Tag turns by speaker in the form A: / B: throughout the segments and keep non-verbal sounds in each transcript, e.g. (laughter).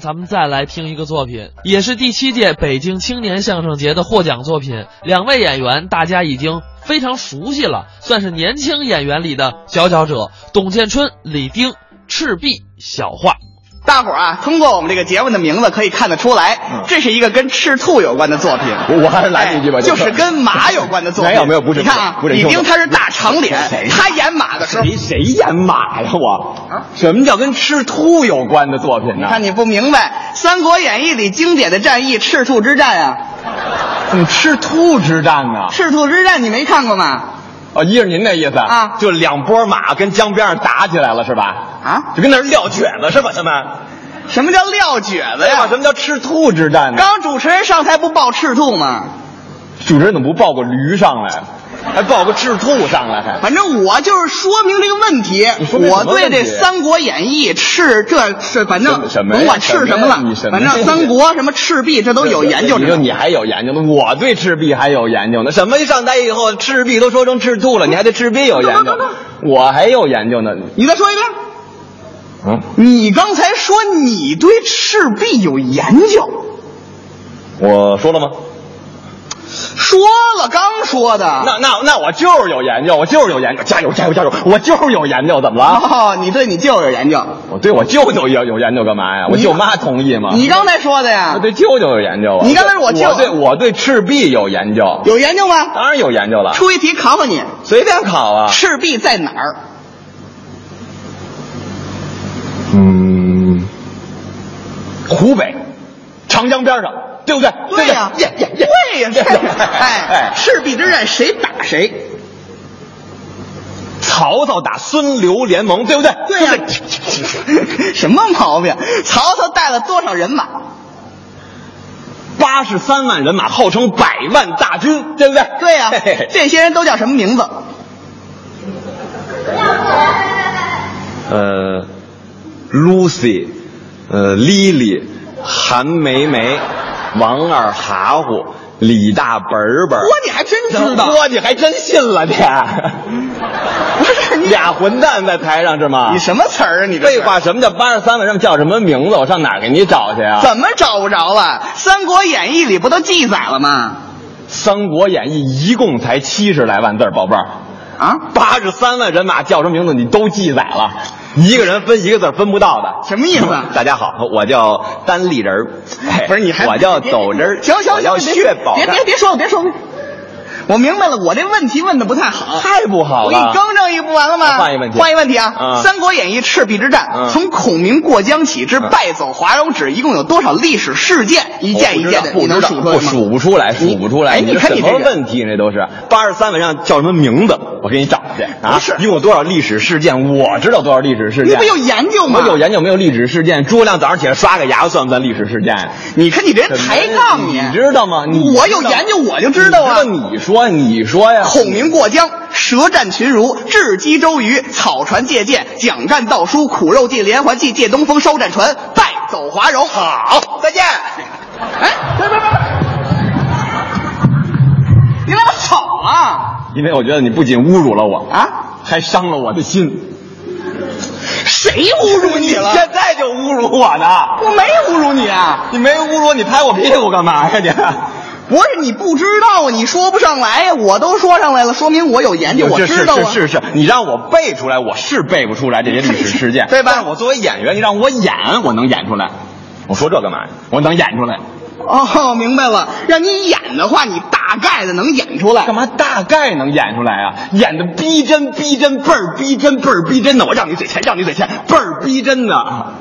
A: 咱们再来听一个作品，也是第七届北京青年相声节的获奖作品。两位演员大家已经非常熟悉了，算是年轻演员里的佼佼者。董建春、李丁，《赤壁小话》。
B: 大伙儿啊，通过我们这个节目的名字可以看得出来，这是一个跟吃兔有关的作品。
C: 嗯我我还是拦你一句吧，
B: 哎就是跟马有关的作品。
C: (laughs) 没有没有不是
B: 你看啊，
C: 不是
B: 李
C: 不是
B: 丁他是大长脸
C: 谁，
B: 他演马的时候，
C: 谁谁演马呀我？
B: 啊
C: 什么叫跟吃兔有关的作品呢？
B: 看你不明白，《三国演义》里经典的战役赤兔之战啊，
C: 怎么吃兔之战呢？
B: 赤兔之战你没看过吗？
C: 哦，依着您那意思
B: 啊
C: 就两拨马跟江边上打起来了是吧？
B: 啊，
C: 就跟那儿撂蹶子是吧？他们，
B: 什么叫撂蹶子
C: 哎呀，
B: 呀
C: 什？么叫吃兔之战呢？
B: 刚主持人上台不报赤兔吗？
C: 主持人怎么不报个驴上来，还报个赤兔上来还？
B: 反正我就是说明这个问题，
C: 你说明什
B: 我
C: 么问
B: 对
C: 题
B: 这《三国演义》赤这这反正
C: 什么呀
B: 甭管赤什么了
C: 什么呀你，什么
B: 反
C: 呀
B: 正三国什么赤壁这都有研究
C: 你
B: 知道
C: 说
B: 吗。
C: 你还有研究呢？我对赤壁还有研究呢。什么一上台以后，赤壁都说成赤兔了，你还对赤壁有研
B: 等
C: 究
B: 等？
C: 我还有研究呢。
B: 你再说一遍，
C: 嗯，
B: 你刚才说你对赤壁有研究，
C: 我说了吗？
B: 说了刚说的。
C: 那那那我就是有研究，我就是有研究，加油加油加油！我就是有研究，怎么
B: (laughs)
C: 了？
B: 哦，你对你舅有研究，
C: 我对我舅舅有有研究干嘛呀？我舅妈同意吗？
B: 你刚才说的
C: 我
B: 呀，
C: 对舅舅有研究啊？
B: 你刚才是我舅
C: 我对我对赤壁有
B: (laughs)
C: 研究，
B: 有研究吗？
C: 当然有研究了，
B: 出一题考考你，
C: 随便考啊。
B: 赤壁在哪儿？
C: 嗯，湖北，长江边上，对不对？
B: 对呀，
C: 耶耶耶，
B: 对呀，对呀哎
C: 哎，
B: 赤壁之战谁打谁？
C: 曹操打孙刘联盟，对不对？
B: 对呀、 (laughs) 什么毛病？曹操带了多少人马？
C: 八十三万人马，号称百万大军，对不对？
B: 对呀、
C: 嘿嘿嘿
B: 这些人都叫什么名字？
C: (laughs) 呃，Lucy，呃，Lily，韩梅梅，王二哈呼，李大本本。
B: 嚯，你还真知道？
C: 嚯，你还真信了你？ (laughs)
B: 不是你，
C: 俩混蛋在台上是吗？
B: 你什么词儿啊？你这是
C: 废话，什么叫八十三万？什么叫什么名字？我上哪儿给你找去啊？《
B: 怎么找不着了？《三国演义》里不都记载了吗？
C: 三国演义》一共才七十来万字儿，宝贝儿，
B: 啊，
C: 八十三万人马叫什么名字你都记载了，一个人分一个字儿分不到的，
B: 什么意思啊
C: 大家好，我叫单立人儿，哎
B: 不是你还
C: 我叫斗人儿，
B: 行行
C: 我
B: 行，
C: 叫
B: 别
C: 血宝
B: 别
C: 干
B: 别别说了，别说了。我明白了，我这问题问的不太好。
C: 太不好
B: 我给你
C: 了，
B: 更正一个不完了吗？
C: 换一问题
B: 换一问题啊！
C: 嗯
B: 三国演义》赤壁之战，
C: 嗯
B: 从孔明过江起至
C: 嗯
B: 败走华容止，一共有多少历史事件？一件一件的，
C: 我
B: 你
C: 不知道
B: 能数出来
C: 我
B: 吗？
C: 数不出来，
B: 你
C: 数不出来。
B: 哎，你看
C: 这
B: 你
C: 什
B: 这
C: 么
B: 人，
C: 问题？那都是八十三晚上叫什么名字？我给你找去啊！
B: 不是
C: 一共有多少历史事件？我知道多少历史事件。
B: 你不有研究吗？
C: 我有。研究没有历史事件？诸葛亮早上起来刷个牙算不算历史事件？
B: 你看你这人
C: 什么
B: 抬杠，
C: 你知道吗？你
B: 我有研究，我就知道啊。
C: 你知道你说你说呀，
B: 孔明过江，舌战群儒，智击周瑜，草船借箭，蒋战盗书，苦肉计，连环计，借东风，烧战船，败走华容。好，再见。哎，别别别！你把我走了
C: 因为我觉得你不仅侮辱了我，
B: 啊？
C: 还伤了我的心。
B: 谁侮辱你了？
C: 现在就侮辱我呢？
B: 我没侮辱你啊！
C: 你没侮辱我，你拍我屁股干嘛呀你？
B: 不是你不知道啊，你说不上来呀！我都说上来了，说明我有研究，我
C: 是
B: 知道啊。
C: 是是是，你让我背出来，我是背不出来这些历史事件，
B: 对吧
C: 但是我作为演员，你让我演，我能演出来。我说这干嘛呀？我能演出来，
B: 哦， (laughs) 明白了，让你演的话，你大概的能演出来。
C: 干嘛大概能演出来啊？演的逼真逼真，倍儿逼真倍儿逼真的，我让你嘴欠，让你嘴欠，倍儿逼真
B: 啊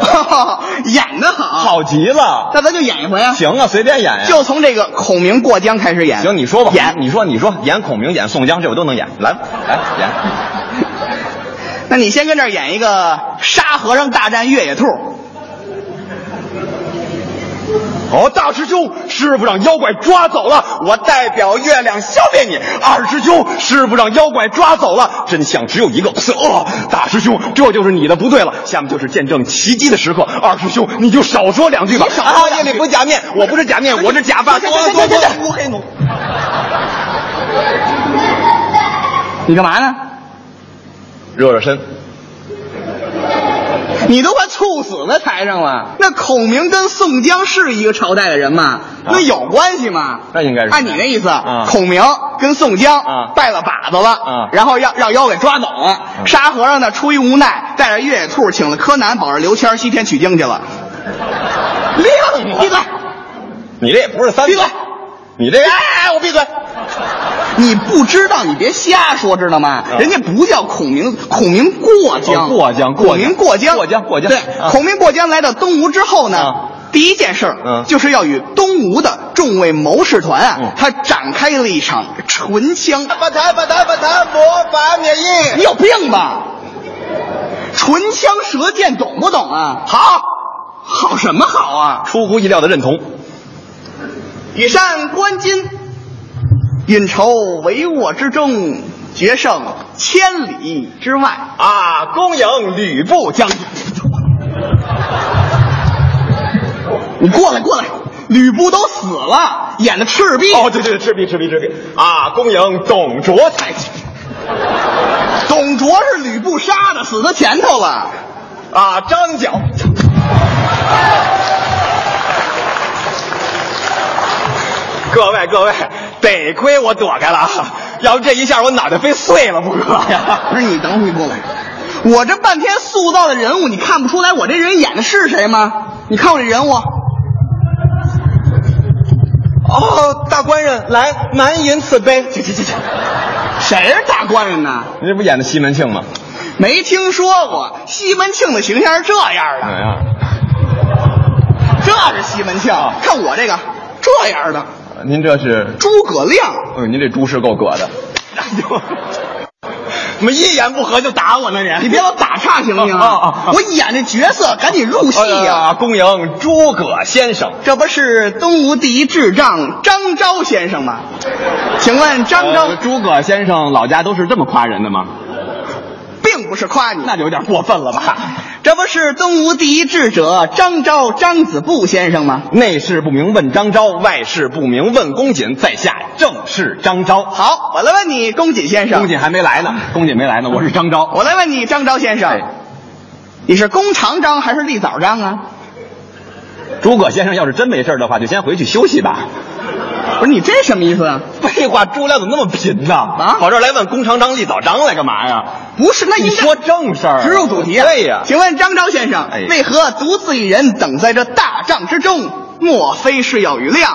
C: 的，
B: (laughs) 演的好，，
C: 好极了。
B: 那咱就演一回啊。，
C: 行啊，随便演呀、
B: 就从这个孔明过江开始演。
C: 行，你说吧，
B: 演，
C: 你说，你说，演孔明，演宋江，这我都能演，来吧，来演。
B: 那你先跟这儿演一个沙和尚大战越野兔。
C: 哦，大师兄，师傅让妖怪抓走了，我代表月亮消灭你。二师兄，师傅让妖怪抓走了，真相只有一个。哦，大师兄，这就是你的不对了。下面就是见证奇迹的时刻。二师兄，你就少说两句吧。
B: 你少说两句
C: 夜里不假面，我不是假哎面，我是假发。
B: 对
C: 多
B: 对
C: 多
B: 对对
C: 多
B: 对，乌黑奴。你干嘛呢？
C: 热热身。
B: (laughs) 你都快猝死在台上了。那孔明跟宋江是一个朝代的人吗？那有关系吗？
C: 那应该是
B: 按你那意思，
C: 啊
B: 孔明跟宋江
C: 啊
B: 拜了把子了，
C: 啊
B: 然后让让妖给抓走了。沙和尚呢，出于无奈，带着越野兔请了柯南，保着刘谦儿西天取经去了。亮啊闭嘴！
C: 你这也不是三
B: 闭嘴
C: 你这
B: 哎哎，我闭嘴！你不知道，你别瞎说，知道吗？
C: 啊
B: 人家不叫孔明，孔明过江，
C: 哦过江过江
B: 孔明过江，
C: 过江过江
B: 对，
C: 啊
B: 孔明过江来到东吴之后呢，
C: 啊
B: 第一件事儿
C: 嗯
B: 就是要与东吴的众位谋士团啊，
C: 嗯哎
B: 他展开了一场唇枪。
C: 把弹把弹把弹魔法免疫。
B: 你有病吧？唇枪舌剑，懂不懂啊？好，好什么好啊？
C: 出乎意料的认同，
B: 羽扇纶巾，运筹帷幄之中，决胜千里之外。
C: 啊，恭迎吕布将军。
B: 你过来，过来！吕布都死了，演的赤壁。
C: 哦，对对对，赤壁赤壁赤壁啊，恭迎董卓太君。
B: 董卓是吕布杀的，死在前头
C: (laughs)
B: 了。
C: 啊，张角。各位各位，得亏我躲开了，啊，要不这一下我脑袋非碎了不可 (laughs) 呀！
B: 不是你，等会儿你过来。我这半天塑造的人物，你看不出来我这人演的是谁吗？你看我这人物，
C: 哦，大官人，来，满饮此杯。去去去去，
B: 谁是大官人呢？
C: 你这不演的西门庆吗？
B: 没听说过西门庆的形象是这样的。
C: 哎呀？
B: 这是西门庆，看我这个这样的
C: 嗯您这是，
B: 诸葛亮，
C: 哎呦，您这猪是够葛的。怎么一言不合就打我呢？
B: 你别老打岔行不行
C: 哦哦
B: 啊
C: 哦？
B: 我演这角色，赶紧入戏
C: 哎
B: 呀、
C: 呀，恭迎诸葛先生。
B: 这不是东吴第一智障张昭先生吗？请问张昭、
C: 呃诸葛先生老家都是这么夸人的吗？
B: 并不是夸你，
C: 那就有点过分了吧？
B: 这不是东吴第一智者张昭张子布先生吗？
C: 内事不明问张昭，外事不明问公瑾，在下正是张昭。
B: 好，我来问你，公瑾先生，
C: 公瑾还没来 (laughs) 呢，公瑾没来呢，我是张昭。
B: 我来问你，张昭先生，
C: 哎
B: 你是弓长张还是立枣张啊？
C: 诸葛先生要是真没事儿的话，就先回去休息吧。
B: 不是你这什么意思啊？
C: (laughs) 废话，诸葛亮怎么那么贫呢？
B: 啊
C: 跑这儿来问弓长张立早张来干嘛呀？
B: 不是，那应
C: 你
B: 该
C: 说正事儿啊，
B: 直入主题啊！
C: 对呀、
B: 请问张昭先生
C: 哎，
B: 为何独自一人等在这大帐之中？莫非是要与亮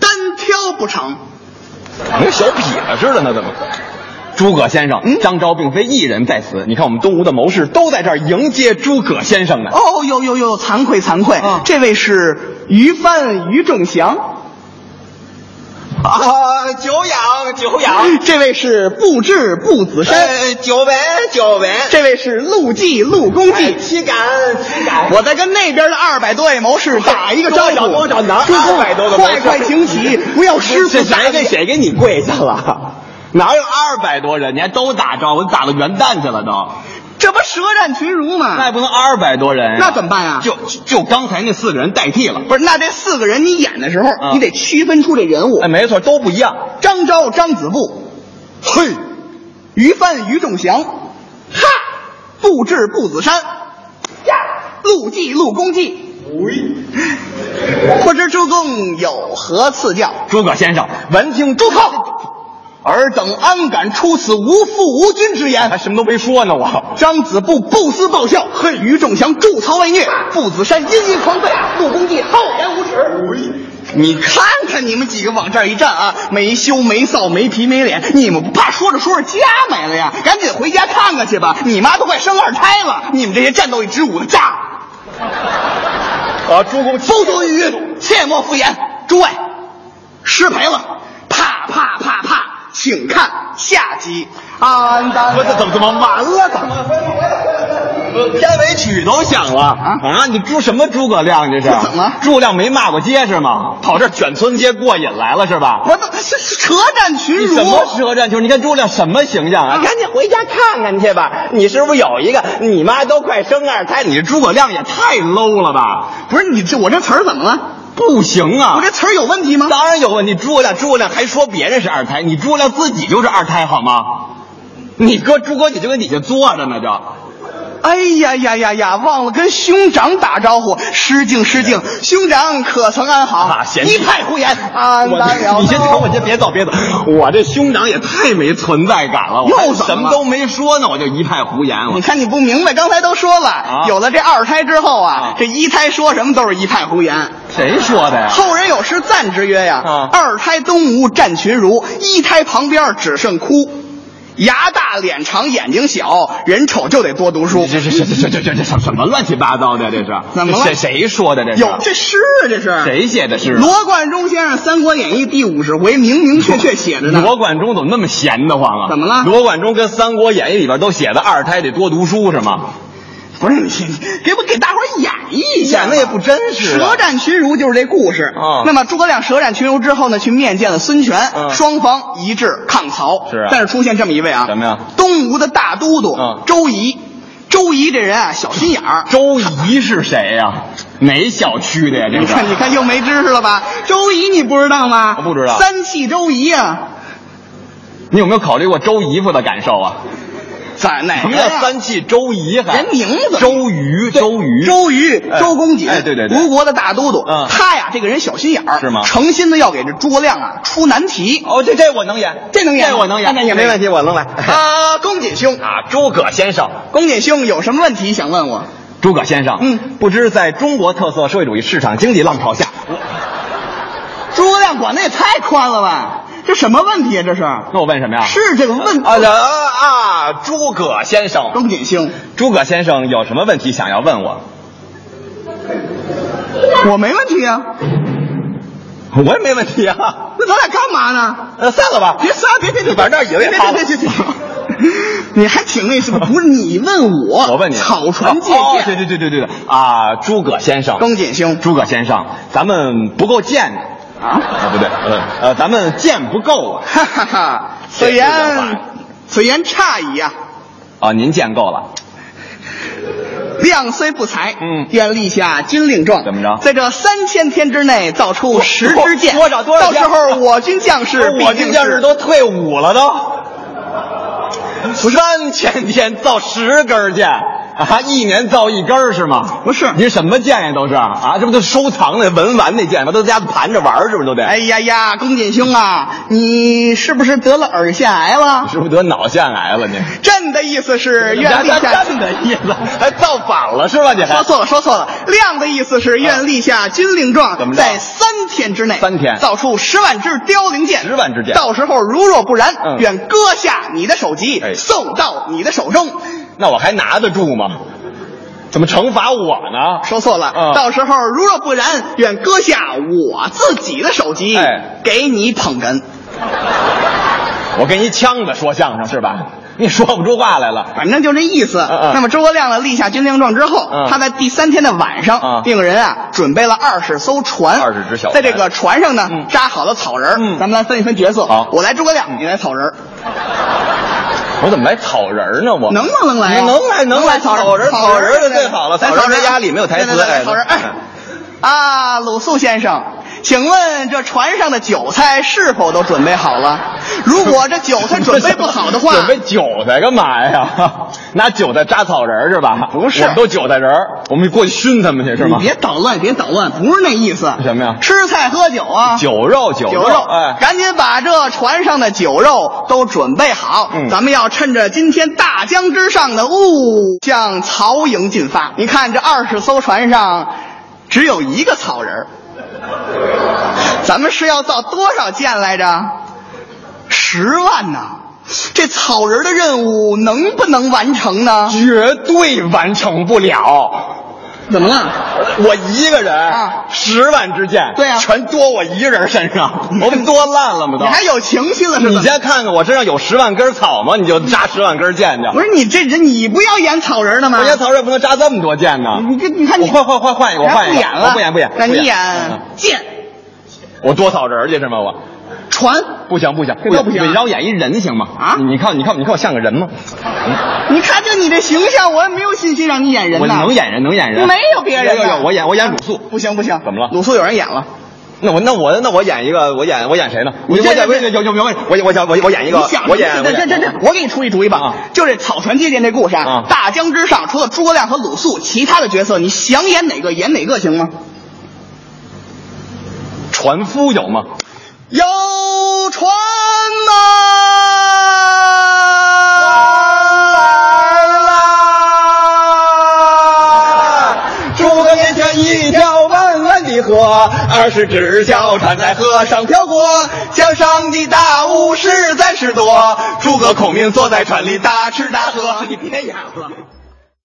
B: 单挑不成？
C: 跟小痞子似的呢，怎么？诸葛先生，
B: 嗯
C: 张昭并非一人在此，你看我们东吴的谋士都在这儿迎接诸葛先生呢。
B: 哦，呦呦呦，惭愧惭愧，
C: 啊
B: 这位是于帆于仲祥，
C: 啊，久仰久
B: 这位是布置布子山，
C: 哎久闻久闻
B: 这位是陆绩陆公绩。
C: 哎岂敢岂敢
B: 我在跟那边的二百多位谋士打一个招呼，
C: 多少多少哪
B: 诸公
C: 200多个谋士
B: 快快请起，不要师傅
C: 这
B: 打
C: 谁给谁给你跪下了？哪有二百多人？你还都打招呼，打到元旦去了都，
B: 啊这不舌战群儒吗？
C: 那也不能二百多人呀、
B: 那怎么办呀啊
C: 就就刚才那四个人代替了。
B: 不是，那这四个人你演的时候，
C: 啊
B: 你得区分出这人物。
C: 哎，没错，都不一样。
B: 张昭、张子布，嘿，于帆、于仲祥，哈，布置布子山，呀，陆绩、陆公绩。不知诸公有何赐教？
C: 诸葛先生，
B: 闻听诸寇，尔等安敢出此无父无君之言？
C: 还什么都没说呢，我。
B: 张子布不思报效，嘿，于仲祥助曹为虐，步子山阴阴狂吠，陆公绩厚颜无
C: 哎
B: 耻。你看看你们几个往这儿一站啊，没羞没臊没皮没脸，你们不怕说着说着家没了呀？赶紧回家看看去吧，你妈都快生二胎了！你们这些战斗力之五的渣，
C: 啊，诸公
B: 风俗逾矩，切莫敷衍。诸位，失陪了，啪啪啪啪，请看下集。安当
C: 我这怎么怎么完了？怎么？片尾曲都响了啊啊！你诸什么诸葛亮这是？
B: 这怎么了
C: 诸葛亮没骂过街是吗？跑这卷村街过瘾来了是吧？
B: 我这是舌战群
C: 你
B: 儒，
C: 什么舌战球？你看诸葛亮什么形象啊？赶紧回家看看去吧。你是不是有一个？你妈都快生二胎，你这诸葛亮也太 low 了吧？
B: 不是你这我这词儿怎么了？
C: 不行啊！
B: 我这词儿有问题吗？
C: 当然有问题，诸葛亮，诸葛亮还说别人是二胎，你诸葛亮自己就是二胎好吗？你搁诸葛姐就跟底下坐着呢，就
B: 哎呀呀呀呀！忘了跟兄长打招呼，失敬失敬。兄长可曾安好？
C: 哎啊贤弟
B: 一派胡言，安
C: 我
B: 然了。
C: 你先等我，先别走，别走。我这兄长也太没存在感了，我
B: 又
C: 还
B: 怎么
C: 什
B: 了
C: 么都没说呢，我就一派胡言。我
B: 你看你不明白，刚才都说了，有了这二胎之后啊，
C: 啊
B: 这一胎说什么都是一派胡言。
C: 谁说的呀？
B: 后人有诗赞之曰呀：“
C: 啊
B: 二胎东吴占群儒，一胎旁边只剩哭。牙大脸长眼睛小，人丑就得多读书。
C: 这这这这这这这这什什么乱七八糟的？这是
B: 怎么了
C: 谁谁说的？这是
B: 有这诗啊，这是
C: 谁写的诗？啊
B: 罗贯中先生《三国演义》第五十回明明确确写着呢。
C: 罗贯中怎么那么闲得慌啊？
B: 怎么了
C: 罗贯中跟《三国演义》里边都写的二胎得多读书是吗？
B: 不是你，你给不给大伙儿演绎一下吧？
C: 演的也不真实啊
B: 舌战群儒就是这故事
C: 啊
B: 那么诸葛亮舌战群儒之后呢，去面见了孙权，
C: 嗯
B: 双方一致抗曹。
C: 是啊
B: 但是出现这么一位啊，
C: 什么呀
B: 东吴的大都督、
C: 嗯
B: 周仪。周仪这人啊，小心眼儿。
C: 周仪是谁呀、哪小区的呀？这
B: (laughs) 你看，你
C: 是
B: 看，又没知识了吧？周仪你不知道吗？
C: 我不知道
B: 三气周仪啊，
C: 你有没有考虑过周姨夫的感受啊？
B: 在哪
C: 什
B: 个
C: 么
B: 呀
C: 叫 (laughs) 三气周仪还？
B: 人名字
C: 周瑜，周瑜，
B: 周瑜、
C: 哎
B: 周公瑾，
C: 哎对对对
B: 吴国的大都督，
C: 嗯
B: 他呀，这个人小心眼儿，
C: 是吗
B: 诚心的要给这诸葛亮啊出难题。
C: 哦，这这我能演，
B: 这能演
C: 这我能演，
B: 那演
C: 没问题，我能来。
B: 啊，公瑾兄，
C: 啊，诸葛先生，
B: 公瑾兄有什么问题想问我？
C: 诸葛先生，
B: 嗯，
C: 不知在中国特色社会主义市场经济浪潮下，
B: 诸葛亮管的也太宽了吧？这什么问题啊？这是
C: 那我问什么呀？
B: 是这个问
C: 啊啊啊！诸葛先生，
B: 公瑾兄，
C: 诸葛先生有什么问题想要问我？
B: 我没问题啊，
C: 我也没问题 (laughs) 啊。
B: 那咱俩干嘛呢？
C: 那呃散了吧，
B: 别撒，别别别，
C: 你把这椅子给
B: 别
C: 擦了
B: 别别别别，你还挺那什么？不是你问我，
C: 我问你，
B: 草船借
C: 哦对
B: 箭，
C: 对对对对对啊！诸葛先生，
B: 公瑾兄
C: 诸葛先生，咱们不够见啊，
B: 啊。
C: 不对，呃呃，咱们见不够啊。
B: 哈哈哈，此
C: 这这
B: 言
C: 叫法
B: 此言差矣啊！
C: 啊，您见够了，
B: 量虽不才，
C: 嗯
B: 愿立下军令状。
C: 怎么着
B: 在这三千天之内造出十支箭，
C: 多少多少
B: 到时候我军将士必定是，
C: (laughs) 哎我这将士都退伍了都，三千天造十根箭啊，一年造一根儿是吗？
B: 不是
C: 您什么箭呀？都是啊，这不都收藏的文玩那箭吗？都在家盘着玩儿是不是都得？
B: 哎，呀呀，公瑾兄啊，你是不是得了耳腺癌了？
C: 是不是得脑腺癌了你？
B: 朕的意思是愿立下，
C: 站的意 (laughs) 思，还哎造反了是吧？你还
B: 说错了，说错了。亮的意思是愿立下军令状，
C: 啊怎么着
B: 在三天之内，
C: 三天
B: 造出十万支凋零箭，
C: 10万支箭
B: 到时候如若不然，
C: 嗯
B: 愿割下你的首级，
C: 哎
B: 送到你的手中。
C: 那我还拿得住吗？怎么惩罚我呢？
B: 说错了，
C: 嗯
B: 到时候如若不然，愿割下我自己的首级，
C: 哎
B: 给你捧哏。
C: 我跟一腔子说相声是吧？你说不出话来了。
B: 反正就这意思。
C: 嗯嗯
B: 那么诸葛亮呢，立下军令状之后，
C: 嗯
B: 他在第三天的晚上，
C: 嗯
B: 命人啊准备了二十艘船，
C: 20只小船
B: 在这个船上呢、
C: 嗯
B: 扎好了草人儿。
C: 嗯
B: 咱们来分一分角色。
C: 好嗯
B: 我来诸葛亮，你来草人儿，
C: 我怎么来草人儿呢？我
B: 能不能来啊？
C: 能来能来
B: 草
C: 草人
B: 人
C: 儿草人儿就最好了
B: 咱
C: 草人儿
B: 草人儿啊
C: 压力没有台词
B: 对对对
C: 哎
B: 草人儿。哎啊，鲁肃先生，请问这船上的酒菜是否都准备好了？如果这酒菜准备不好的话，
C: (laughs) 准备韭菜干嘛呀？ (laughs) 拿韭菜扎草人儿是吧？
B: 不是
C: 我们都韭菜人儿，我们过去熏他们去是吗
B: 你？别啊捣乱，别捣乱，不是那意思。
C: 什么呀
B: 吃菜喝酒啊。
C: 酒肉酒
B: 酒
C: 肉，哎，
B: 赶紧把这船上的酒肉都准备好，
C: 嗯
B: 咱们要趁着今天大江之上的雾，向曹营进发。你看这二十艘船上，只有一个草人儿，咱们是要造多少舰来着？十万呐、这草人的任务能不能完成呢？
C: 绝对完成不了。
B: 怎么了？
C: (coughs) 我一个人，
B: 啊
C: 十万支箭，
B: 对啊
C: 全多我一个人身
B: (laughs)
C: 上，我们多烂了吗
B: 你
C: 都？
B: 还有情绪了是吧？
C: 你先看看我身上有十万根草吗？你就扎十万根箭去。
B: 不是你这人，你不要演草人了吗？
C: 我家草人不能扎这么多箭呢。
B: 你这你看
C: 我
B: 你
C: 换换换换一个，我
B: 人家
C: 换一
B: 不
C: 个，
B: 演了，
C: 我不演不演。
B: 那
C: 不
B: 你演
C: 嗯
B: 剑
C: 我多草人去是吗？我
B: 船，
C: 不行不行，
B: 这都不行啊
C: 你让我演一人行吗？
B: 啊
C: 你你看你看你看我像个人吗？
B: 你看就你这形象，我也没有信心让你演人
C: 我
B: 呐。
C: 能演人能演人，啊
B: 没有别人
C: 有有
B: 呐
C: 有，我演我演鲁肃。
B: 不行不行，
C: 怎么了
B: 鲁肃有人演了，
C: 那我那我那我演一个，我演我演谁呢？我
B: 你
C: 我
B: 这
C: 演我演有有有我演我演我我演一个
B: 你想，
C: 我演我
B: 这这
C: 演
B: 这这，我给你出一主意吧
C: 啊
B: 就这草船借箭这故事
C: 啊
B: 大江之上除了诸葛亮和鲁肃，其他的角色你想演哪个演哪个行吗？
C: 船夫有吗？
B: 有船呐，
C: 诸葛面前一条弯弯的河，二十只小船在河上漂过。
B: 江上的大雾实在是多，诸葛孔明坐在船里大吃大喝。你别演了。